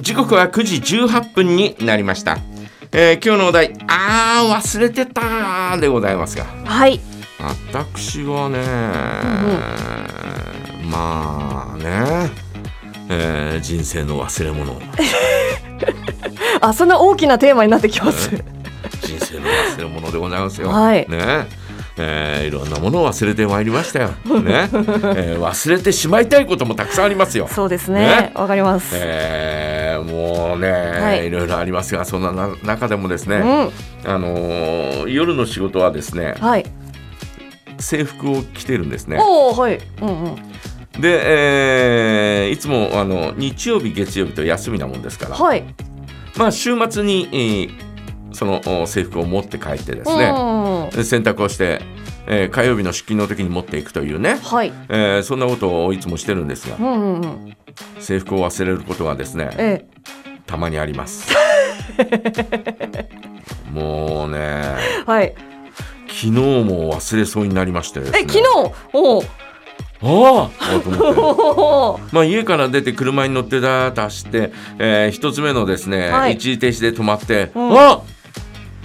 時刻は9時18分になりました、えー今日のお題「あー忘れてたー」でございますがはい。私はね、まあね、えー人生の忘れ 物あ、そんな大きなテーマになってきます。人生の忘れ物でございますよ、はいねえーいろんなものを忘れてまいりましたよ、 ねえー忘れてしまいたいこともたくさんありますよそうですねね。わ、かります。えーもうね、はいい、ろいろありますがそんなな中でもですね、あのー夜の仕事はですねうん。はい。制服を着てるんですねおお、はい。うんうん。で、えーいつもあの日曜日月曜日と休みなもんですから、はい。まあ、週末に、えーそのお制服を持って帰ってですうね、んうんうん。で洗濯をして、えー火曜日の出勤の時に持っていくというね、はい。えーそんなことをいつもしてるんですがうんうんうん。制服を忘れることがですね、えたまにあり ます。もうねえ、はい。昨日も忘れそうになりましてです、ね、え、昨日。お お。ああと思っておお。まあ、家から出て車に乗ってだーっと走って、えー一つ目のですね、はい一時停止で止まって、うんあ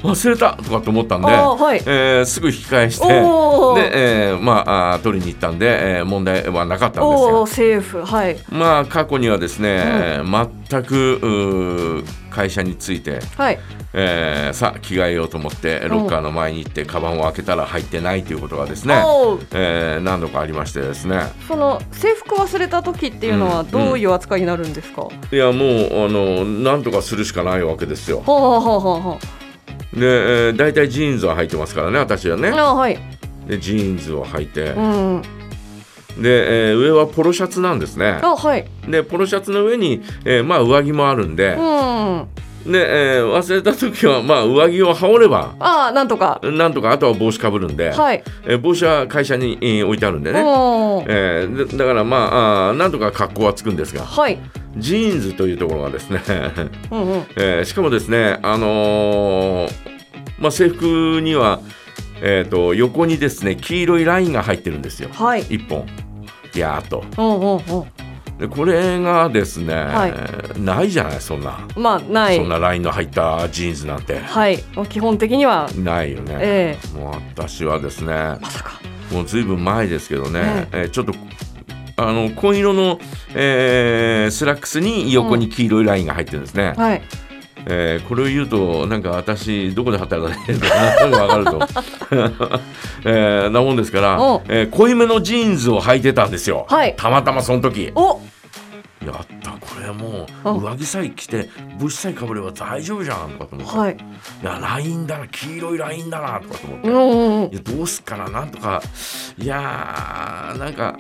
忘れたとかと思ったんで、あーはいえーすぐ引き返しておーで、えーまああー取りに行ったんで、えー問題はなかったんですおよお、。セーフ。はい。まあ過去にはですね、全くうー会社について、はい。えーさあ着替えようと思ってロッカーの前に行って、カバンを開けたら入ってないということがですね、おお。えー何度かありましてですねその制服忘れた時っていうのうはんどういう扱いになるんですか。はいやもうあのなんとかするしかないわけですよ。あはあはあはで、えー、大体ジーンズは履いてますからね私はねあ。あーはい。でジーンズを履いてうんうん。で、えー上はポロシャツなんですねあはい。でポロシャツの上に、えーまあ上着もあるんでうんうん。で、えー忘れた時はまあ上着を羽織ればああなんとか。なんとかあとは帽子かぶるんで、はい。えー帽子は会社に、えー置いてあるんでうね、んうん。えーでだからまああーなんとか格好はつくんですがはい。ジーンズというところがですね、うんうん。えーしかもですねあのーまあ、制服にはえー、と横にですね黄色いラインが入ってるんですよ。はい。一本いやーっとうんうんうん。でこれがですね、はないじゃないそんな、まあないそん。なラインの入ったジーンズなんてはい。もう基本的にはないよね、えもう私はですねえまさか。もうずいぶん前ですけどね、はいえーちょっとあの紺色の、えースラックスに横に黄色いラインが入ってるんですね、はい。えーこれを言うとなんか私どこで働いてるのかなんとなく 分かると、えーなもんですからお、えー濃いめのジーンズを履いてたんですよ、はいたまたまその時おやったこれもあう上着さえ着て帽子さえかぶれば大丈夫じゃんとかと思って、はい。いやラインだな黄色いラインだなとかと思って、うんいうんうん。やどうすっかななんとかいやーなんか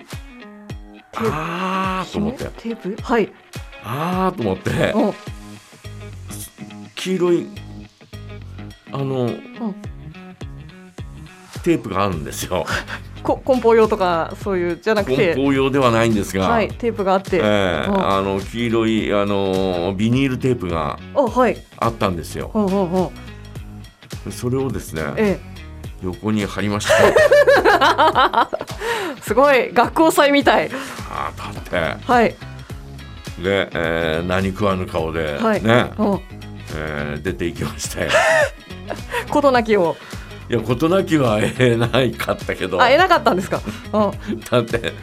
あーと思ってテープ？はい。あーと思ってうん。黄色いあの、テープがあるんですよこ梱包用とかそういうじゃなく梱て、包用ではないんですが、はいテープがあっえて。ーうんあの黄色いあのビニールテープがあはい。あったんですようんうんうん。それをですね、え横に貼りま した。え。すごい学校祭みたい。あー立ってはい。で、えー何食わぬ顔で、はいね、うん。えー出ていきま して。ことなきを。いや事なきはえないかったけど、あえだなかったんですか。うって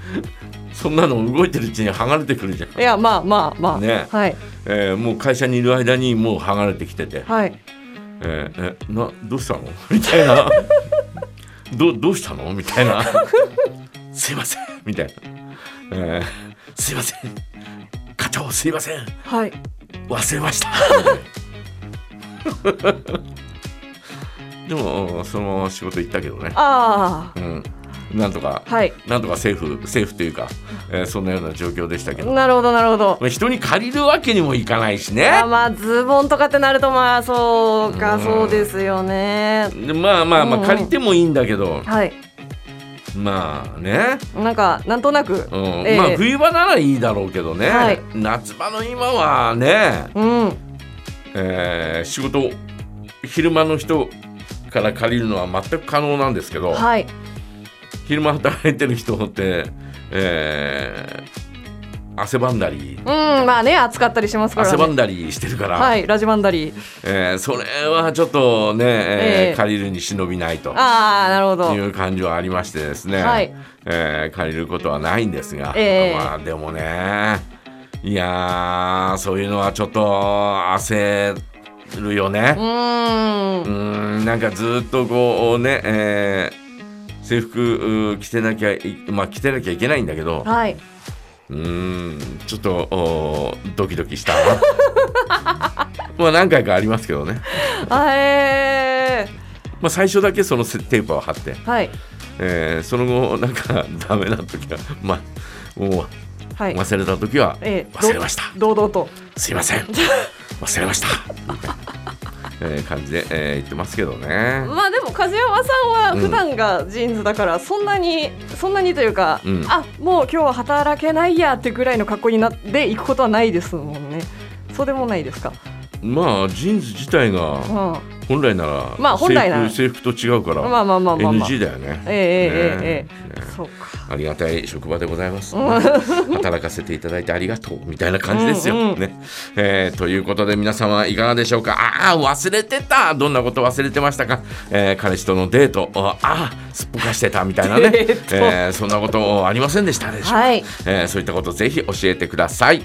そんなの動いてるうちに剥がれてくるじゃん。ん。いやまあまあまあ。ねはいえーもう会社にいる間にもう剥がれてきてて、はい。えーえなどうしたの みたいな。どどうしたのみたい な。すいませんみたいな。えーすいません課長すいません。はい。忘れましたでもそのまま仕事行ったけどね、あうん、なんとか、あ。はい。なんとかセーフセーフというか、えーそんなような状況でしたけど、なるほどなるほど。まあ、人に借りるわけにもいかないしねあまあズボンとかってなるとまあそうかそうですよね。でまあまあまあうんうん借りてもいいんだけど、はい。まあね、なんかなんとなく。うんええまあ冬場ならいいだろうけどね、はい夏場の今はね、うん。えー仕事昼間の人から借りるのは全く可能なんですけど、はい。昼間働いてる人って、えー汗ばんだりうん、まあね、暑かったりしますから汗ばんね。だりしてるから、はい、ラジバンダリー。えーそれはちょっとね、えーええ借りるに忍びないとああ、なるほどい。う感じはありましてですね、はいえー借りることはないんですが、ええまあでもねいやーそういうのはちょっと焦るよね。うー。うんーんなんかずっとこうね、えー制服うー着てなきゃいまあ着てなきゃいけないんだけど、はい。うーんちょっとおードキドキした な。まあ何回かありますけどね。あえまあ最初だけそのせテープを貼って、ー、はい。えーその後なんかダメな時は まあもうはい。忘れた時はえー忘れました。ど堂々と。すいませ ん忘れました。みたいなえー感じで、えー言ってますけどね。まあでも梶山さんは普段がジーンズだからそんなに、そんなにというか、うんあもう今日は働けないやってぐらいの格好になって行くことはないですもんねそうでもないですか、まあジーンズ自体が。うん、ま本来ならまあ本来なら制服制服と違うかあまらあまあまあまあ、 NG だよね。えええねえええねそうかありがたい職場でございます、働かせていただいてありがとうみたいな感じですよ。うんうんねえーということで皆様いかがでしょうかああ忘れてたどんなこと忘れてましたか、えー彼氏とのデートああすっぽかしてたみたいなね、 デえートーそんなことありませんでしたでしょうか、はいえーそういったことぜひ教えてください。